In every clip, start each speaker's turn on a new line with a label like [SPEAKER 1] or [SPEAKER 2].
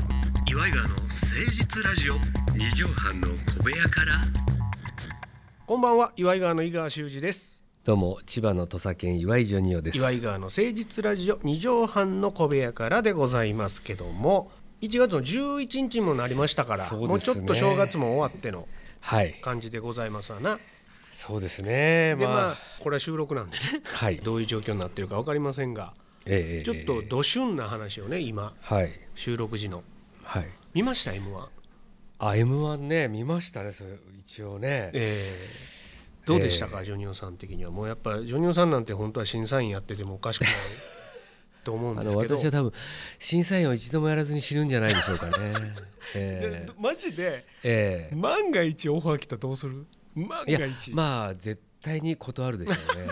[SPEAKER 1] イガーの誠実ラジオ
[SPEAKER 2] 二畳半の小部屋から
[SPEAKER 1] こんばんは岩井川の井川修司です
[SPEAKER 2] どうも千葉の土佐県岩井ジョニオです
[SPEAKER 1] 岩井川の誠実ラジオ二畳半の小部屋からでございますけども1月の11日にもなりましたから
[SPEAKER 2] そうですね
[SPEAKER 1] もうちょっと正月も終わっての
[SPEAKER 2] はい
[SPEAKER 1] 感じでございますわな、
[SPEAKER 2] そうですね
[SPEAKER 1] で
[SPEAKER 2] まあ、
[SPEAKER 1] まあこれは収録なんでね
[SPEAKER 2] はい
[SPEAKER 1] どういう状況になってるか分かりませんが
[SPEAKER 2] ええ
[SPEAKER 1] ちょっとど旬な話をね今
[SPEAKER 2] はい
[SPEAKER 1] 収録時の
[SPEAKER 2] はい
[SPEAKER 1] 見ました M1
[SPEAKER 2] あ M1 ね見ましたねそれ一応ね
[SPEAKER 1] えーどうでしたか、ジョニオさん的にはもうやっぱジョニオさんなんて本当は審査員やっててもおかしくないと思うん
[SPEAKER 2] あ
[SPEAKER 1] で
[SPEAKER 2] の
[SPEAKER 1] すけど
[SPEAKER 2] 私は多分審査員を一度もやらずに知るんじゃないでしょ うかねえ
[SPEAKER 1] でマジで
[SPEAKER 2] えええ
[SPEAKER 1] 万が一オファー来たらどうする万
[SPEAKER 2] いや
[SPEAKER 1] が一、
[SPEAKER 2] まあ絶対に断るでしょうね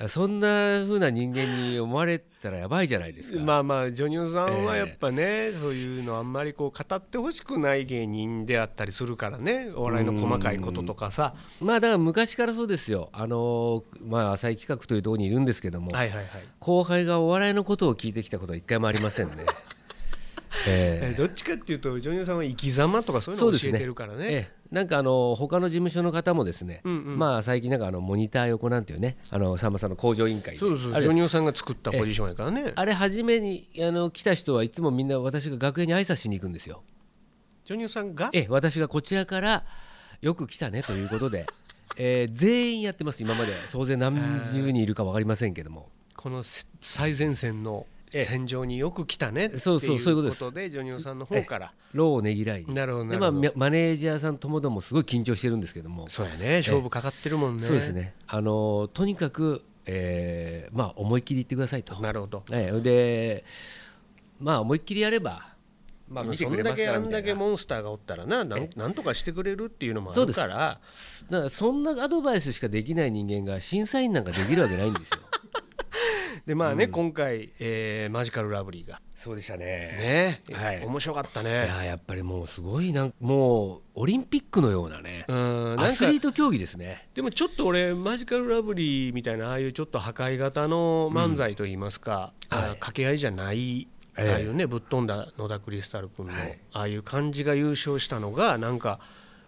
[SPEAKER 2] あ そんな風な人間に思われたらやばいじゃないですか、
[SPEAKER 1] まあまあジョニオさんは
[SPEAKER 2] え
[SPEAKER 1] や
[SPEAKER 2] え
[SPEAKER 1] っぱね、そういうのあんまりこう語ってほしくない芸人であったりするからねお笑いの細かいこととかさ
[SPEAKER 2] まあだから昔からそうですよあのまあ浅い企画というところにいるんですけども、
[SPEAKER 1] はいはいはい、
[SPEAKER 2] 後輩がお笑いのことを聞いてきたことは一回もありません ね。
[SPEAKER 1] え
[SPEAKER 2] え
[SPEAKER 1] どっちかっていうとジョニオさんは生き様とかそういうのを教えてるからね
[SPEAKER 2] ええなんかあの他の事務所の方もですね、
[SPEAKER 1] うんうん
[SPEAKER 2] まあ最近なんかあのモニター横なんていうねあのさんまさんの工場委員会
[SPEAKER 1] そうそう
[SPEAKER 2] あ
[SPEAKER 1] ジョ
[SPEAKER 2] れ
[SPEAKER 1] ニオさんが作ったポジションやからね
[SPEAKER 2] あれ初めにあの来た人はいつもみんな私が楽屋に挨拶しに行くんですよ。
[SPEAKER 1] ジョニオさんが
[SPEAKER 2] ええ私がこちらからよく来たねということで、ええ全員やってます今まで総勢何十人いるか分かりませんけども。
[SPEAKER 1] このせ最前線の戦場によく来たねっていう
[SPEAKER 2] そうそうそういうことです
[SPEAKER 1] ことでジョニオさんの方から
[SPEAKER 2] 労をねぎらい
[SPEAKER 1] なるほどな
[SPEAKER 2] で
[SPEAKER 1] る
[SPEAKER 2] ま
[SPEAKER 1] ほ
[SPEAKER 2] あ
[SPEAKER 1] ど
[SPEAKER 2] ママネージャーさんともどもすごい緊張してるんですけども
[SPEAKER 1] そうやね勝負かかってるもんね
[SPEAKER 2] そうですねあのとにかく、えーまあ思いっきり言ってくださいと、
[SPEAKER 1] なるほど
[SPEAKER 2] ええでまあ思いっきりやればまあ見
[SPEAKER 1] そ
[SPEAKER 2] てく
[SPEAKER 1] ん
[SPEAKER 2] れ
[SPEAKER 1] だ
[SPEAKER 2] ます
[SPEAKER 1] け
[SPEAKER 2] か
[SPEAKER 1] あ
[SPEAKER 2] ら
[SPEAKER 1] ん
[SPEAKER 2] みた
[SPEAKER 1] だけ
[SPEAKER 2] いな
[SPEAKER 1] モンスターがおったらななんなんとかしてくれるっていうのもあ
[SPEAKER 2] そう
[SPEAKER 1] る
[SPEAKER 2] です
[SPEAKER 1] から
[SPEAKER 2] だからそんなアドバイスしかできない人間が審査員なんかできるわけないんで すよ
[SPEAKER 1] でまあね今回えーマジカルラブリーが
[SPEAKER 2] そうでしたね
[SPEAKER 1] ね
[SPEAKER 2] はい
[SPEAKER 1] 面白かった
[SPEAKER 2] い
[SPEAKER 1] ね
[SPEAKER 2] ややっぱりもうすごいなんもうオリンピックのようなね
[SPEAKER 1] うん
[SPEAKER 2] ア
[SPEAKER 1] なん
[SPEAKER 2] ス
[SPEAKER 1] か
[SPEAKER 2] リート競技ですね
[SPEAKER 1] でもちょっと俺マジカルラブリーみたいなああいうちょっと破壊型の漫才といいますか、あー掛け合いじゃない、
[SPEAKER 2] ええ
[SPEAKER 1] ああいうねぶっ飛んだ野田クリスタル君の、
[SPEAKER 2] はい
[SPEAKER 1] ああいう感じが優勝したのがなんか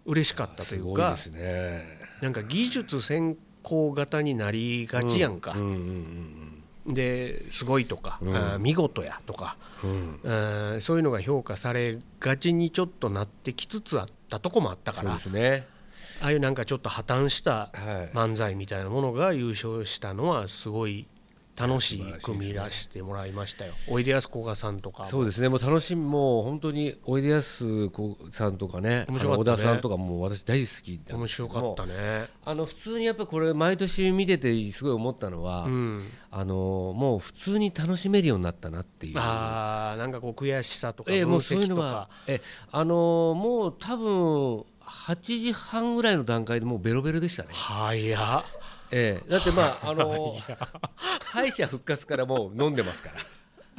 [SPEAKER 1] 嬉しかったとい
[SPEAKER 2] す
[SPEAKER 1] う
[SPEAKER 2] ごい
[SPEAKER 1] か
[SPEAKER 2] ですね
[SPEAKER 1] なんか技術先行型になりがちやんか、
[SPEAKER 2] うんうん
[SPEAKER 1] ですごいとか、
[SPEAKER 2] うん
[SPEAKER 1] あー見事やとか、
[SPEAKER 2] うんうん
[SPEAKER 1] あーそういうのが評価されがちにちょっとなってきつつあったとこもあったか
[SPEAKER 2] そう
[SPEAKER 1] ら
[SPEAKER 2] ですね
[SPEAKER 1] ああいうなんかちょっと破綻した
[SPEAKER 2] はい
[SPEAKER 1] 漫才みたいなものが優勝したのはすごい楽しい組み出してもらいましたよ。おいでやすこがさんとか
[SPEAKER 2] そうですねもう楽しみもう本当においでやすこさんとかね
[SPEAKER 1] 面白か
[SPEAKER 2] あ
[SPEAKER 1] ったね
[SPEAKER 2] の小田さんとかもう私大好きだ
[SPEAKER 1] 面白かったね。
[SPEAKER 2] あの普通にやっぱこれ毎年見ててすごい思ったのは、
[SPEAKER 1] うん、
[SPEAKER 2] あのもう普通に楽しめるようになったなっていう。
[SPEAKER 1] あーなんかこう悔しさとか分
[SPEAKER 2] ええもうそういう
[SPEAKER 1] 析
[SPEAKER 2] の
[SPEAKER 1] と
[SPEAKER 2] は
[SPEAKER 1] か、、
[SPEAKER 2] えあのもう多分8時半ぐらいの段階でもうベロベロでしたね、
[SPEAKER 1] 早っ
[SPEAKER 2] ええだってま あ、あの敗者復活からもう飲んでますから、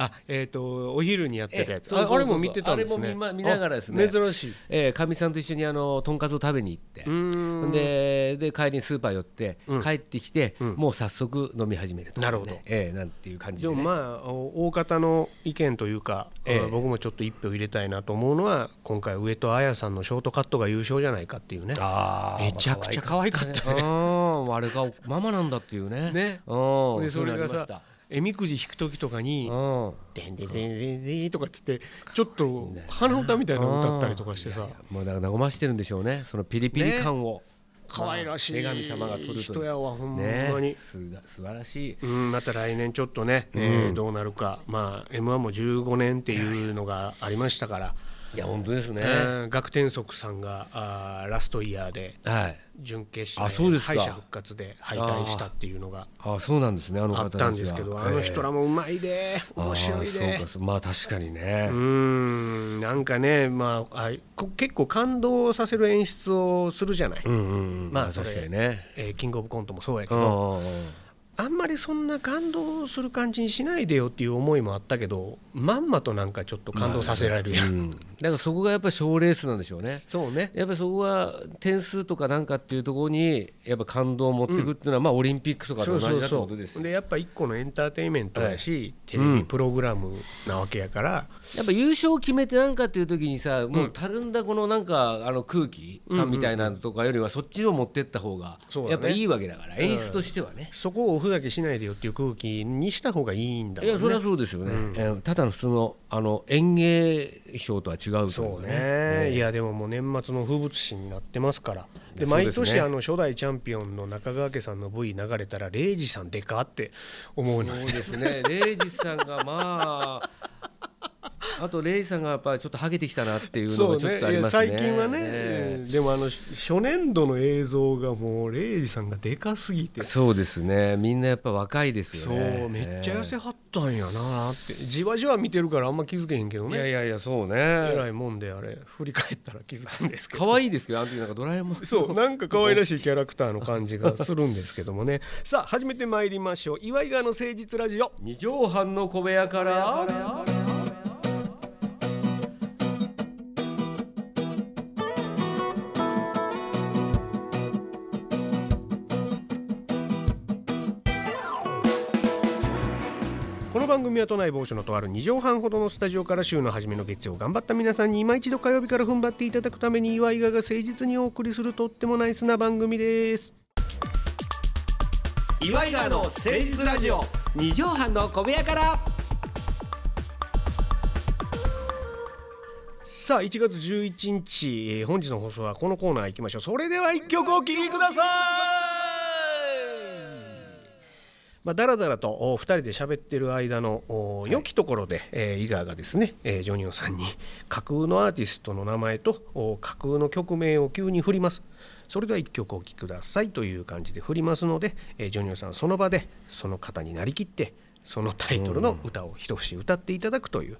[SPEAKER 1] あえっ、とお昼にやってたやつ、
[SPEAKER 2] ええそうそうそうそう
[SPEAKER 1] ああれも見てたんですね
[SPEAKER 2] あれも見ま見ながらですね
[SPEAKER 1] あ珍しい
[SPEAKER 2] ええかみさんと一緒にあのとんかつを食べに行って
[SPEAKER 1] う、ーん
[SPEAKER 2] でで帰りにスーパー寄って、帰ってきて、もう早速飲み始めるとかね
[SPEAKER 1] なるほど
[SPEAKER 2] ええなんていう感じ
[SPEAKER 1] で
[SPEAKER 2] で,、
[SPEAKER 1] も
[SPEAKER 2] ね
[SPEAKER 1] まあお大方の意見というか、
[SPEAKER 2] ええ
[SPEAKER 1] あ僕もちょっと一票入れたいなと思うのは今回上戸彩さんのショートカットが優勝じゃないかっていうね
[SPEAKER 2] あー
[SPEAKER 1] めちゃくちゃ可愛かったね
[SPEAKER 2] まあ可愛かったねうんあれがママなんだっていうね
[SPEAKER 1] ね
[SPEAKER 2] うん
[SPEAKER 1] でそれが
[SPEAKER 2] そういうのありました
[SPEAKER 1] さえみくじ引く時とかに
[SPEAKER 2] うん
[SPEAKER 1] 「でんでんでんでんでん」とかっつってちょっと鼻歌みたいなの歌ったりとかしてさ
[SPEAKER 2] もうだから和ましてるんでしょうねそのピリピリ感を、
[SPEAKER 1] 可愛らしい
[SPEAKER 2] 女神様が撮るという
[SPEAKER 1] 人やわほん
[SPEAKER 2] ね
[SPEAKER 1] まに。
[SPEAKER 2] すが素晴らしい
[SPEAKER 1] うん、また来年ちょっとね、えーどうなるか、まあ、m 1も15年っていうのがありましたから、
[SPEAKER 2] いや本当ですね、
[SPEAKER 1] うん学天足さんがあーラストイヤーで
[SPEAKER 2] はい
[SPEAKER 1] 準決勝
[SPEAKER 2] あそうですか
[SPEAKER 1] 敗者復活で敗退したっていうのが
[SPEAKER 2] ああそうなんですねあの
[SPEAKER 1] あ
[SPEAKER 2] 方
[SPEAKER 1] った
[SPEAKER 2] ちは
[SPEAKER 1] たんですけどあの人らもうまいで
[SPEAKER 2] ええ
[SPEAKER 1] 面白い
[SPEAKER 2] ああ
[SPEAKER 1] で
[SPEAKER 2] そうかそうまあ確かにね、
[SPEAKER 1] うーんなんかねまああいこ結構感動させる演出をするじゃない、
[SPEAKER 2] うんうんうん
[SPEAKER 1] まあ
[SPEAKER 2] まあ
[SPEAKER 1] それ
[SPEAKER 2] 確かにね
[SPEAKER 1] えーキングオブコントもそうやけ
[SPEAKER 2] うんう
[SPEAKER 1] ど
[SPEAKER 2] んうん
[SPEAKER 1] あんまりそんな感動する感じにしないでよっていう思いもあったけどまんまとなんかちょっと感動させられるやん、
[SPEAKER 2] うんだからそこがやっぱり賞レースなんでしょうね
[SPEAKER 1] そうね
[SPEAKER 2] やっぱりそこは点数とかなんかっていうところにやっぱ感動を持っていくっていうのは、まあオリンピックとかと同じだってことですよ
[SPEAKER 1] でやっぱ一個のエンターテインメントだし、テレビプログラムなわけやから、
[SPEAKER 2] やっぱ優勝を決めてなんかっていう時にさもうたるんだこのなんかあの空気感みたいなのとかよりはそっちを持ってった方が
[SPEAKER 1] そうだね
[SPEAKER 2] やっぱいいわけだから演出としてはね。
[SPEAKER 1] そこをオフだけしないでよっていう空気にした方がいいんだ
[SPEAKER 2] い
[SPEAKER 1] もん
[SPEAKER 2] やそれはそうですよね、えーただの普通のあの演芸賞とは違うというか
[SPEAKER 1] そうね、いやでももう年末の風物詩になってますからで
[SPEAKER 2] そう
[SPEAKER 1] 毎
[SPEAKER 2] ですね
[SPEAKER 1] 年あの初代チャンピオンの中川家さんの V 流れたら「レイジさんでか?」って思うの
[SPEAKER 2] そうですねレイジさんがまああとレイジさんがやっぱりちょっとハゲてきたなっていうのがちょっとあり
[SPEAKER 1] いや
[SPEAKER 2] ますね
[SPEAKER 1] 最近はねうんでもあの初年度の映像がもうレイジさんがでかすぎて
[SPEAKER 2] そうですねみんなやっぱ若いです
[SPEAKER 1] そ
[SPEAKER 2] よね
[SPEAKER 1] うめっちゃ痩せはったんやなってじわじわ見てるからあんま気づけへんけど
[SPEAKER 2] いや
[SPEAKER 1] ね
[SPEAKER 2] いやいやそう
[SPEAKER 1] え
[SPEAKER 2] ね
[SPEAKER 1] らいもんであれ振り返ったら気づくんですけど
[SPEAKER 2] 可愛いですけどあの時なんかドラえもん
[SPEAKER 1] そうなんか可愛らしいキャラクターの感じがするんですけどもね さあ始めてまいりましょう岩井川の誠実ラジオ
[SPEAKER 2] 二畳半の小部屋から。
[SPEAKER 1] この番組は都内某所のとある2畳半ほどのスタジオから週の初めの月曜頑張った皆さんに今一度火曜日から踏ん張っていただくために岩井川が誠実にお送りするとってもナイスな番組です岩井川の誠実ラジオ
[SPEAKER 2] 二畳半の小部屋から。
[SPEAKER 1] さあ1月11日、えー本日の放送はこのコーナー行きましょうそれでは一曲お聴きくださいまあ、だらだらとお二人で喋ってる間のお良きところで、えー、井川がですね、えージョニオさんに架空のアーティストの名前とお架空の曲名を急に振りますそれでは一曲お聴きくださいという感じで振りますので、えージョニオさんその場でその方になりきってそのタイトルの歌を一節歌っていただくという、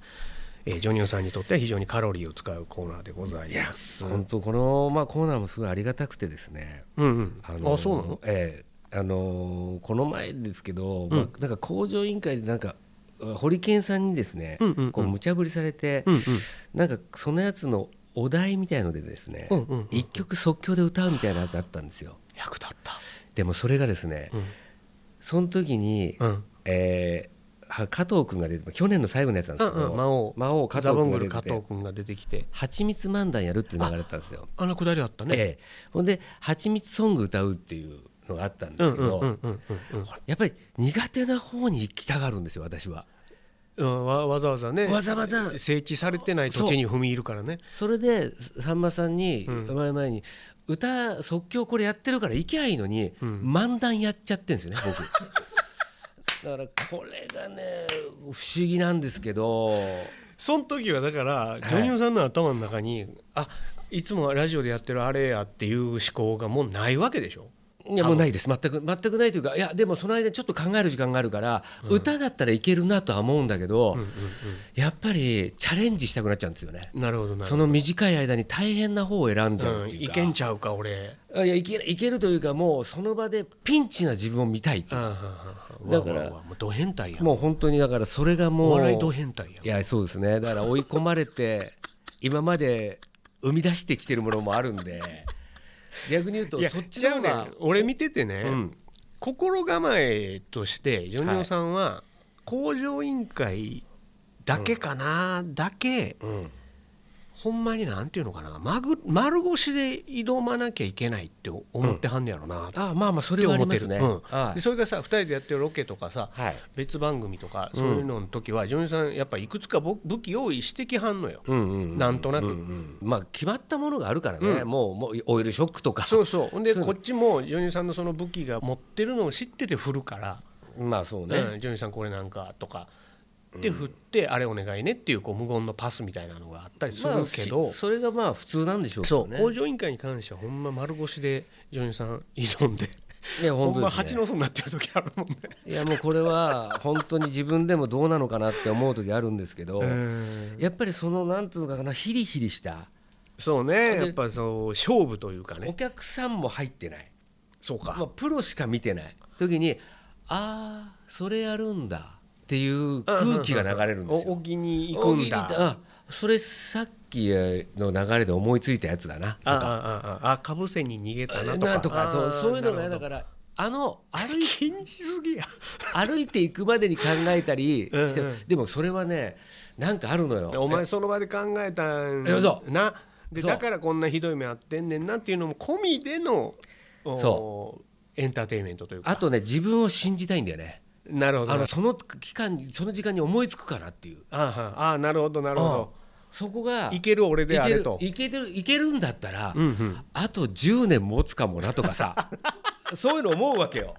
[SPEAKER 1] えージョニオさんにとっては非常にカロリーを使うコーナーでございます。
[SPEAKER 2] 本当このまあコーナーもすごいありがたくてですね。
[SPEAKER 1] うんうん、あ
[SPEAKER 2] の
[SPEAKER 1] そうなの
[SPEAKER 2] ええあのこの前ですけど、まあなんか工場委員会でなんか。ホリケンさんにですね、
[SPEAKER 1] うんうんうん
[SPEAKER 2] こう無茶ぶりされて、
[SPEAKER 1] うんうん
[SPEAKER 2] なんかそのやつのお題みたいのでですね、
[SPEAKER 1] うんうんうん
[SPEAKER 2] 一曲即興で歌うみたいなやつあったんですよ
[SPEAKER 1] 役立った。
[SPEAKER 2] でもそれがですね、
[SPEAKER 1] うん
[SPEAKER 2] その時に、
[SPEAKER 1] うん
[SPEAKER 2] えーは加藤君が出て去年の最後のやつなんですけど、
[SPEAKER 1] うんうん魔王
[SPEAKER 2] 魔王加
[SPEAKER 1] ザ
[SPEAKER 2] 藤
[SPEAKER 1] ボン
[SPEAKER 2] 君
[SPEAKER 1] グル加
[SPEAKER 2] が出て
[SPEAKER 1] 藤
[SPEAKER 2] て
[SPEAKER 1] 君が出てきて、
[SPEAKER 2] 蜂蜜漫談やるっていうのがあったんですよ。
[SPEAKER 1] あのくだりあったね。
[SPEAKER 2] ええほんで蜂蜜ソング歌うっていうのがあったんで
[SPEAKER 1] うん
[SPEAKER 2] すけ
[SPEAKER 1] うん
[SPEAKER 2] ど、
[SPEAKER 1] うんうんうん
[SPEAKER 2] やっぱり苦手な方に行きたがるんですよ私は。
[SPEAKER 1] うん、わわざわざね
[SPEAKER 2] わざわざ
[SPEAKER 1] 整地されてない土地に踏み入るからね
[SPEAKER 2] それでさんまさんに
[SPEAKER 1] うん
[SPEAKER 2] 前前に歌即興これやってるから行きゃいいのに
[SPEAKER 1] うん
[SPEAKER 2] 漫談やっちゃってんですよね僕 だからこれがね不思議なんですけど
[SPEAKER 1] その時はだからジョニオさんの頭の中に、あいつもラジオでやってるあれやっていう思考がもうないわけでしょ
[SPEAKER 2] いやもうないです全く全くないというかいやでもその間ちょっと考える時間があるから歌だったらいけるなとは思うんだけどやっぱりチャレンジしたくなっちゃうんですよね
[SPEAKER 1] なるほどなる
[SPEAKER 2] そ
[SPEAKER 1] ほど
[SPEAKER 2] の短い間に大変な方を選んじゃう
[SPEAKER 1] う
[SPEAKER 2] っ
[SPEAKER 1] ん
[SPEAKER 2] てい
[SPEAKER 1] いう
[SPEAKER 2] か
[SPEAKER 1] けんちゃうか俺
[SPEAKER 2] あいやいけいけるというかもうその場でピンチな自分を見たいっていう
[SPEAKER 1] だ
[SPEAKER 2] だから
[SPEAKER 1] もうド変態やん
[SPEAKER 2] もう本当にだからそれがもう
[SPEAKER 1] お笑いド変態やん
[SPEAKER 2] いやそうですねだから追い込ま れて今まで生み出してきてるものもあるんで逆に言うと
[SPEAKER 1] いや
[SPEAKER 2] そっちの方
[SPEAKER 1] 違う
[SPEAKER 2] が
[SPEAKER 1] ねん俺見ててね、
[SPEAKER 2] うん
[SPEAKER 1] 心構えとしてジョニオさんは工場委員会だけかな、だけ
[SPEAKER 2] うん
[SPEAKER 1] ほんまになんていうのかなまぐ丸腰で挑まなきゃいけないって思ってはんねやろな、って
[SPEAKER 2] あまあまあそれはあ
[SPEAKER 1] 思
[SPEAKER 2] り
[SPEAKER 1] っ
[SPEAKER 2] ま
[SPEAKER 1] て
[SPEAKER 2] す
[SPEAKER 1] る、
[SPEAKER 2] ね、
[SPEAKER 1] うん
[SPEAKER 2] は
[SPEAKER 1] で
[SPEAKER 2] い
[SPEAKER 1] それがさ2人でやってるロケとかさ、
[SPEAKER 2] はい
[SPEAKER 1] 別番組とかそういうのの時は、ジョニオさんやっぱいくつか武武器用意してきはんのよ、
[SPEAKER 2] うんうんうん
[SPEAKER 1] なんとなく、
[SPEAKER 2] うんまあ決まったものがあるからね、もうもうオイルショックとか
[SPEAKER 1] そうそうほんで
[SPEAKER 2] そう
[SPEAKER 1] こっちもジョニオさんのその武器が持ってるのを知ってて振るから、
[SPEAKER 2] まあそうね、
[SPEAKER 1] うん、ジョニーさんこれなんかとかで振って、あれお願いねっていうこう無言のパスみたいなのがあったりす
[SPEAKER 2] ま
[SPEAKER 1] る
[SPEAKER 2] あ
[SPEAKER 1] けど、
[SPEAKER 2] しそれがまあ普通なんでしょうけ
[SPEAKER 1] そ
[SPEAKER 2] ど
[SPEAKER 1] う
[SPEAKER 2] ね
[SPEAKER 1] 工場委員会に関してはほんま丸腰でジョニーさん挑んで
[SPEAKER 2] いや
[SPEAKER 1] ほ
[SPEAKER 2] 本
[SPEAKER 1] ん
[SPEAKER 2] 当です、ね、
[SPEAKER 1] ま蜂の巣になってる時あるもんね。
[SPEAKER 2] いやもうこれは本当に自分でもどうなのかなって思う時あるんですけど、やっぱりそのなんていうのかなヒリヒリした
[SPEAKER 1] そうね
[SPEAKER 2] で
[SPEAKER 1] やっぱそう勝負というか
[SPEAKER 2] お
[SPEAKER 1] ね
[SPEAKER 2] 客さんも入ってない、
[SPEAKER 1] そうか、
[SPEAKER 2] まあ、プロしか見てない時にああそれやるんだっていう空気が流れるんですよ。
[SPEAKER 1] おぎに行くんだ
[SPEAKER 2] 大喜利ってあそれさっきの流れで思いついたやつだなと
[SPEAKER 1] ああ
[SPEAKER 2] か
[SPEAKER 1] あああかぶせに逃げたなとか
[SPEAKER 2] なんとかそう
[SPEAKER 1] あー
[SPEAKER 2] そういうのが嫌
[SPEAKER 1] なる
[SPEAKER 2] だ
[SPEAKER 1] ほ
[SPEAKER 2] か
[SPEAKER 1] ど
[SPEAKER 2] らあの歩い
[SPEAKER 1] 気にしすぎや
[SPEAKER 2] 歩いていくまでに考えたり
[SPEAKER 1] うんうん
[SPEAKER 2] してでもそれはねなんかあるのよ。
[SPEAKER 1] お前その場で考えたん
[SPEAKER 2] えそう
[SPEAKER 1] なで
[SPEAKER 2] そう
[SPEAKER 1] だからこんなひどい目あってんねんなっていうのも込みでのお
[SPEAKER 2] そ
[SPEAKER 1] エンターテインメントというか
[SPEAKER 2] あとね自分を信じたいんだよね。
[SPEAKER 1] なるほど
[SPEAKER 2] あ
[SPEAKER 1] あ
[SPEAKER 2] のその期間にその時間に思いつくかなっていう。
[SPEAKER 1] あはああなるほどなるほど、
[SPEAKER 2] そこが
[SPEAKER 1] いける俺であれと
[SPEAKER 2] いけるいけるいけるんだったら、
[SPEAKER 1] うんうん
[SPEAKER 2] あと10年持つかもなと かさそういうの思うわけよ。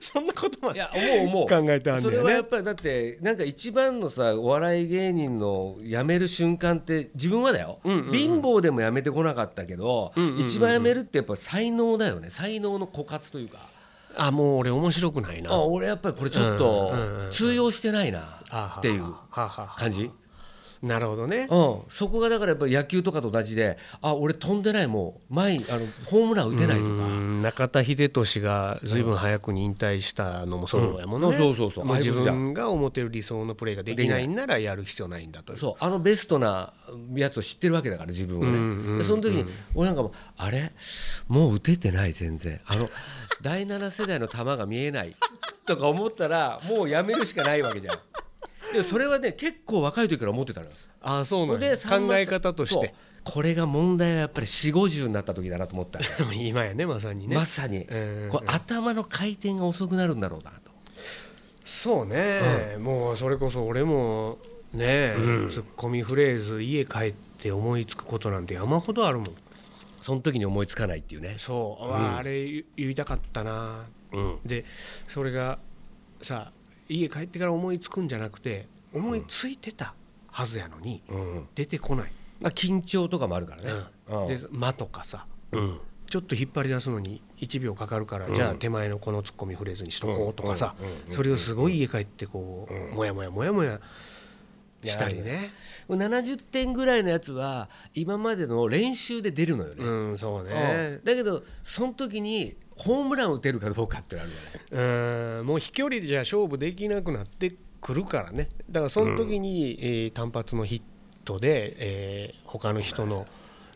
[SPEAKER 1] そんなことま
[SPEAKER 2] い
[SPEAKER 1] で
[SPEAKER 2] や思う思う
[SPEAKER 1] 考えてあん
[SPEAKER 2] そ
[SPEAKER 1] だ
[SPEAKER 2] れ
[SPEAKER 1] よ
[SPEAKER 2] はやっ
[SPEAKER 1] ね
[SPEAKER 2] ぱりだってなんか一番のさお笑い芸人の辞める瞬間って自分はだよ、
[SPEAKER 1] うんうんうん
[SPEAKER 2] 貧乏でも辞めてこなかったけど、
[SPEAKER 1] うんうんうんうん
[SPEAKER 2] 一番辞めるってやっぱ才能だよね才能の枯渇というか
[SPEAKER 1] あもう俺面白くないな
[SPEAKER 2] あ俺やっぱりこれちょっと
[SPEAKER 1] うんうんうん
[SPEAKER 2] 通用してないな
[SPEAKER 1] あ
[SPEAKER 2] っていう
[SPEAKER 1] はあはあはあ
[SPEAKER 2] 感じ、
[SPEAKER 1] なるほどね
[SPEAKER 2] うん、そこがだからやっぱ野球とかと同じであ俺飛んでないもう前にあのホームラン打てないと
[SPEAKER 1] う
[SPEAKER 2] か。
[SPEAKER 1] ん中田秀俊がずいぶん早くに引退したのもそうやもんね、
[SPEAKER 2] うんそうそうそう
[SPEAKER 1] も
[SPEAKER 2] ああい
[SPEAKER 1] 自
[SPEAKER 2] うことじゃ
[SPEAKER 1] 分が思ってる理想のプレーができないんならやる必要ないんだという
[SPEAKER 2] そうあのベストなやつを知ってるわけだから自分はね、
[SPEAKER 1] うんうん
[SPEAKER 2] でその時に、俺なんかもうあれもう打ててない全然あの 第7世代の球が見えないとか思ったらもうやめるしかないわけじゃん。でもそれはね結構若い時から思ってたのよ。
[SPEAKER 1] ああそうなん
[SPEAKER 2] で
[SPEAKER 1] や
[SPEAKER 2] さん
[SPEAKER 1] 考
[SPEAKER 2] まさん
[SPEAKER 1] え方とし
[SPEAKER 2] そう
[SPEAKER 1] て
[SPEAKER 2] これが問題はやっぱり4 5 0になった時だなと思ったのよ
[SPEAKER 1] 今やねまさにね、
[SPEAKER 2] まさに、
[SPEAKER 1] うん
[SPEAKER 2] こう頭の回転が遅くなるんだろうなと。
[SPEAKER 1] そうね、もうそれこそ俺もね、ツッコミフレーズ家帰って思いつくことなんて山ほどあるもん
[SPEAKER 2] その時に思いつかないっていうね。
[SPEAKER 1] そう、うわあれ言言いたかったな
[SPEAKER 2] うん、
[SPEAKER 1] でそれがさ家帰ってから思いつくんじゃなくて思いついてたはずやのに、
[SPEAKER 2] うん
[SPEAKER 1] 出てこない、
[SPEAKER 2] まあ、緊張とかもあるからね。うん
[SPEAKER 1] で「間」とかさ
[SPEAKER 2] うん
[SPEAKER 1] ちょっと引っ張り出すのに1秒かかるから、じゃあ手前のこのツッコミフレーズにしとこうとかさ、
[SPEAKER 2] うんうんうん
[SPEAKER 1] それをすごい家帰ってこう、もやもやもやもやしたりね
[SPEAKER 2] 70点ぐらいのやつは今までの練習で出るのよね。
[SPEAKER 1] うんそう
[SPEAKER 2] う
[SPEAKER 1] ね
[SPEAKER 2] んだけどその時にホームラン打てるかどうかってなるよね。
[SPEAKER 1] うんもう飛距離じゃ勝負できなくなってくるからねだからその時に、えー単発のヒットで、えー他の人の、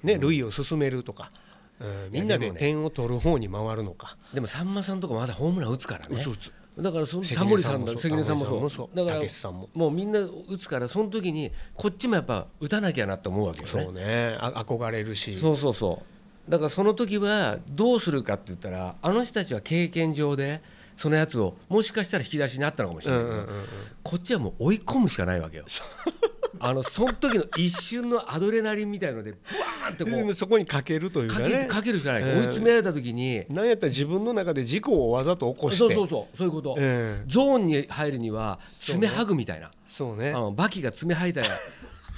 [SPEAKER 1] ね類を進めるとか、うんみんな
[SPEAKER 2] で
[SPEAKER 1] で
[SPEAKER 2] もね
[SPEAKER 1] 点を取る方に回るのか。
[SPEAKER 2] でもさんまさんとかまだホームラン打つからね。
[SPEAKER 1] 打つ打つ
[SPEAKER 2] だからそのタモリさんだ関
[SPEAKER 1] 関根
[SPEAKER 2] 根さ
[SPEAKER 1] さ
[SPEAKER 2] ん
[SPEAKER 1] ん
[SPEAKER 2] も
[SPEAKER 1] もそう
[SPEAKER 2] そうだから
[SPEAKER 1] たけしさんも
[SPEAKER 2] もうみんな打つからその時にこっちもやっぱ打たなきゃなって思うわけよね。
[SPEAKER 1] そうねあ憧れるし
[SPEAKER 2] そうそうそうだからその時はどうするかって言ったらあの人たちは経験上でそのやつをもしかしたら引き出しになったのかもしれないけど、
[SPEAKER 1] うんうんうんうん
[SPEAKER 2] こっちはもう追い込むしかないわけよ。あのその時の一瞬のアドレナリンみたいのでブワーンってこ
[SPEAKER 1] うん
[SPEAKER 2] う
[SPEAKER 1] そこにかけるというか
[SPEAKER 2] か
[SPEAKER 1] ね
[SPEAKER 2] けかけるしかない、
[SPEAKER 1] うん
[SPEAKER 2] 追い詰められた時に
[SPEAKER 1] なんやったら自分の中で事故をわざと起こして
[SPEAKER 2] そうそうそうそういうこと、
[SPEAKER 1] うん
[SPEAKER 2] ゾーンに入るには爪はぐみたいな、
[SPEAKER 1] そうね
[SPEAKER 2] あのバキが爪吐いたら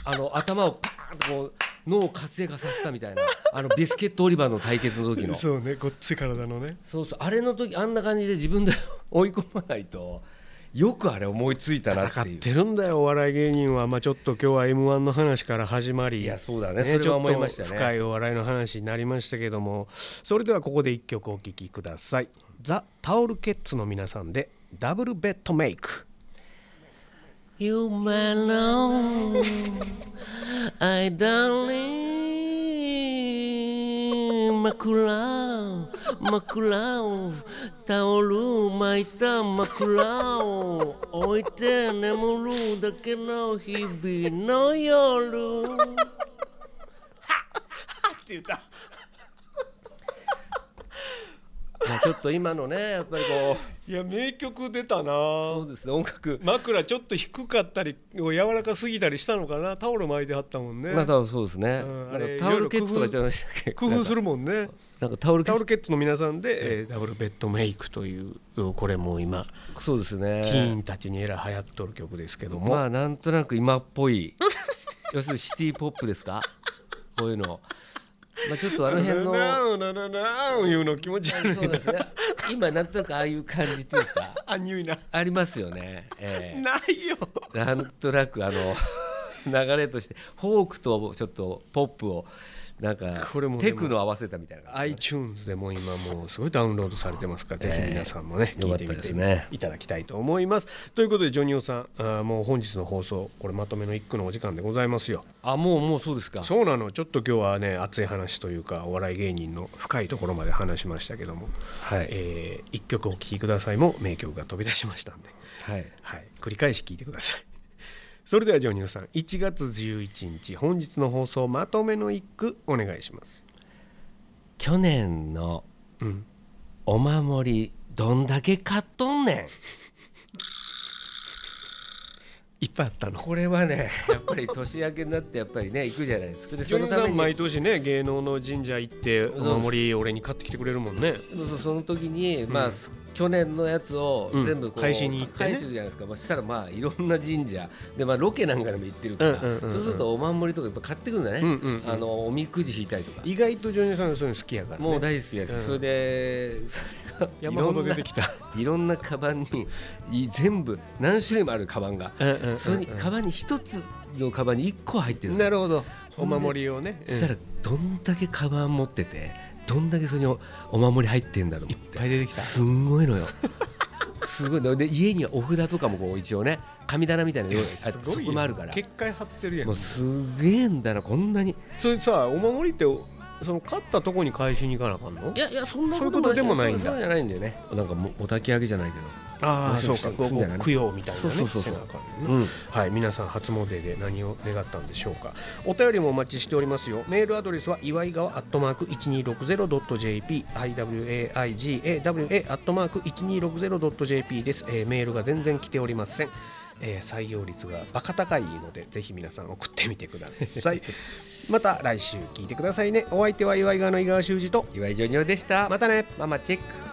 [SPEAKER 2] あの頭をパーンとこう脳を活性化させたみたいなあのビスケットオリバーの対決の時の
[SPEAKER 1] そうねごっつい体のね
[SPEAKER 2] そうそうあれの時あんな感じで自分で 追い込まないとよくあれ思いついたな
[SPEAKER 1] 戦
[SPEAKER 2] っ
[SPEAKER 1] って
[SPEAKER 2] いう
[SPEAKER 1] てるんだよお笑い芸人はまあちょっと今日は m 1の話から始まり
[SPEAKER 2] いやそうだねそれは思いましたね
[SPEAKER 1] ちょっと深いお笑いの話になりましたけどもそれではここで一曲お聴きくださいザ・タオルケッツの皆さんでダブルベッドメイク
[SPEAKER 2] You may know I don't need 枕枕をタオル巻いた枕を置いて眠るだけの日々の夜
[SPEAKER 1] って言った
[SPEAKER 2] まあちょっと今のねやっぱりこう
[SPEAKER 1] いや名曲出たな
[SPEAKER 2] そうですね音楽
[SPEAKER 1] 枕ちょっと低かったり柔らかすぎたりしたのかなタオル巻いてはったもんね
[SPEAKER 2] まあ、多分そうですね。
[SPEAKER 1] うん
[SPEAKER 2] な
[SPEAKER 1] あ
[SPEAKER 2] んか
[SPEAKER 1] れ
[SPEAKER 2] タオルケッツとか言ってましたっけ。
[SPEAKER 1] 工夫するもん ね
[SPEAKER 2] なんかタオルケ
[SPEAKER 1] タ
[SPEAKER 2] ッ
[SPEAKER 1] オ
[SPEAKER 2] ツ
[SPEAKER 1] ル。ケッツの皆さんで、えーダブルベッドメイクというこれもう今
[SPEAKER 2] そうです
[SPEAKER 1] ティー
[SPEAKER 2] ね。
[SPEAKER 1] ンたちにえらい流行っとる曲ですけども、
[SPEAKER 2] まあなんとなく今っぽい。要するにシティポップですか。こういうの。まあちょっとあの 辺の。
[SPEAKER 1] ななななないうの気持ち悪 い
[SPEAKER 2] そうですね。今なんとなくああいう感じっていうか。
[SPEAKER 1] あにゅいな
[SPEAKER 2] ありますよね。え
[SPEAKER 1] ないよ
[SPEAKER 2] えなんとなくあの。流れとしてフォークとちょっとポップをなんか
[SPEAKER 1] これもで
[SPEAKER 2] テ
[SPEAKER 1] も
[SPEAKER 2] クノ合わせたみたいな感じ
[SPEAKER 1] iTunes でも今もうすごいダウンロードされてますから、ぜひ皆さんもね
[SPEAKER 2] えー
[SPEAKER 1] 聞いてみ
[SPEAKER 2] よかったです
[SPEAKER 1] て
[SPEAKER 2] ね
[SPEAKER 1] いただきたいと思います。ということでジョニオさんあーもう本日の放送これまとめの一句のお時間でございますよ。
[SPEAKER 2] あもうもうそうですか
[SPEAKER 1] そうなのちょっと今日はね熱い話というかお笑い芸人の深いところまで話しましたけども、
[SPEAKER 2] はい
[SPEAKER 1] えー一曲お聴きくださいも名曲が飛び出しましたんで、
[SPEAKER 2] はい
[SPEAKER 1] はい、繰り返し聴いてください。 それではジョニオさん1月11日本日の放送まとめの一句お願いします。
[SPEAKER 2] 去年の
[SPEAKER 1] うん
[SPEAKER 2] お守りどんだけ買っとんねん
[SPEAKER 1] いっぱいあったの
[SPEAKER 2] これはね やっぱり年明けになってやっぱりね行くじゃないですかで
[SPEAKER 1] ジョ
[SPEAKER 2] そ
[SPEAKER 1] ニ
[SPEAKER 2] の
[SPEAKER 1] ー
[SPEAKER 2] た
[SPEAKER 1] さ
[SPEAKER 2] め
[SPEAKER 1] ん
[SPEAKER 2] に
[SPEAKER 1] 毎年ね芸能の神社行ってお守り俺に買ってきてくれるもんね
[SPEAKER 2] そうそうその時に、
[SPEAKER 1] ん
[SPEAKER 2] まあ去年のやつを
[SPEAKER 1] うん
[SPEAKER 2] 全部こう、
[SPEAKER 1] 返しに行ってね
[SPEAKER 2] 返すじゃないですか、まあ、したらまあいろんな神社で、まあ、ロケなんかでも行ってるから、
[SPEAKER 1] うんうんうんうん
[SPEAKER 2] そうするとお守りとかやっぱ買ってくるんだね、
[SPEAKER 1] うんうんうん
[SPEAKER 2] あのおみくじ引いたりとか、
[SPEAKER 1] 意外とジョニーさんそういうの好きやからね
[SPEAKER 2] もう大好きだし、
[SPEAKER 1] うん
[SPEAKER 2] それでそれがい
[SPEAKER 1] 山
[SPEAKER 2] ろ
[SPEAKER 1] ほ
[SPEAKER 2] んな
[SPEAKER 1] ど出てきた
[SPEAKER 2] いろんなカバンにい全部何種類もあるカバンが、
[SPEAKER 1] うんうんうん
[SPEAKER 2] それにカバンに一つのカバンに一個入ってるの
[SPEAKER 1] なるほどお守りをね
[SPEAKER 2] そしたらどんだけカバン持っててどんだけそれにおお守り入ってんだと思って
[SPEAKER 1] いっぱい出てきた
[SPEAKER 2] すんごいのよすごいので家にはお札とかもこう一応ね神棚みたいなの用意あ
[SPEAKER 1] すご
[SPEAKER 2] そ
[SPEAKER 1] い
[SPEAKER 2] こもあるから
[SPEAKER 1] 結界張ってるや
[SPEAKER 2] も
[SPEAKER 1] ん
[SPEAKER 2] うすげえんだなこんなに
[SPEAKER 1] それさお守りってその買ったとこに返しに行かなあかんの
[SPEAKER 2] いやいやそんな
[SPEAKER 1] そういう
[SPEAKER 2] こ
[SPEAKER 1] こととでもないんだ
[SPEAKER 2] そうそうじゃないんだよねなんかもうお焚き上げじゃないけど
[SPEAKER 1] ああそ
[SPEAKER 2] そうう
[SPEAKER 1] かご
[SPEAKER 2] かそうじゃない
[SPEAKER 1] 供養みたいなね
[SPEAKER 2] そうそうそうそ
[SPEAKER 1] せ
[SPEAKER 2] う
[SPEAKER 1] なあかんね
[SPEAKER 2] うん
[SPEAKER 1] はい、皆さん初詣で何を願ったんでしょうかお便りもお待ちしておりますよメールアドレスは祝い川アットマーク 1260.jp iwaigawa アットマーク 1260.jp です、えーメールが全然来ておりません、えー採用率がバカ高いのでぜひ皆さん送ってみてください また来週聞いてくださいねお相手は祝い川の井川修司と
[SPEAKER 2] 岩井ジョニオでした
[SPEAKER 1] またね
[SPEAKER 2] ママチェック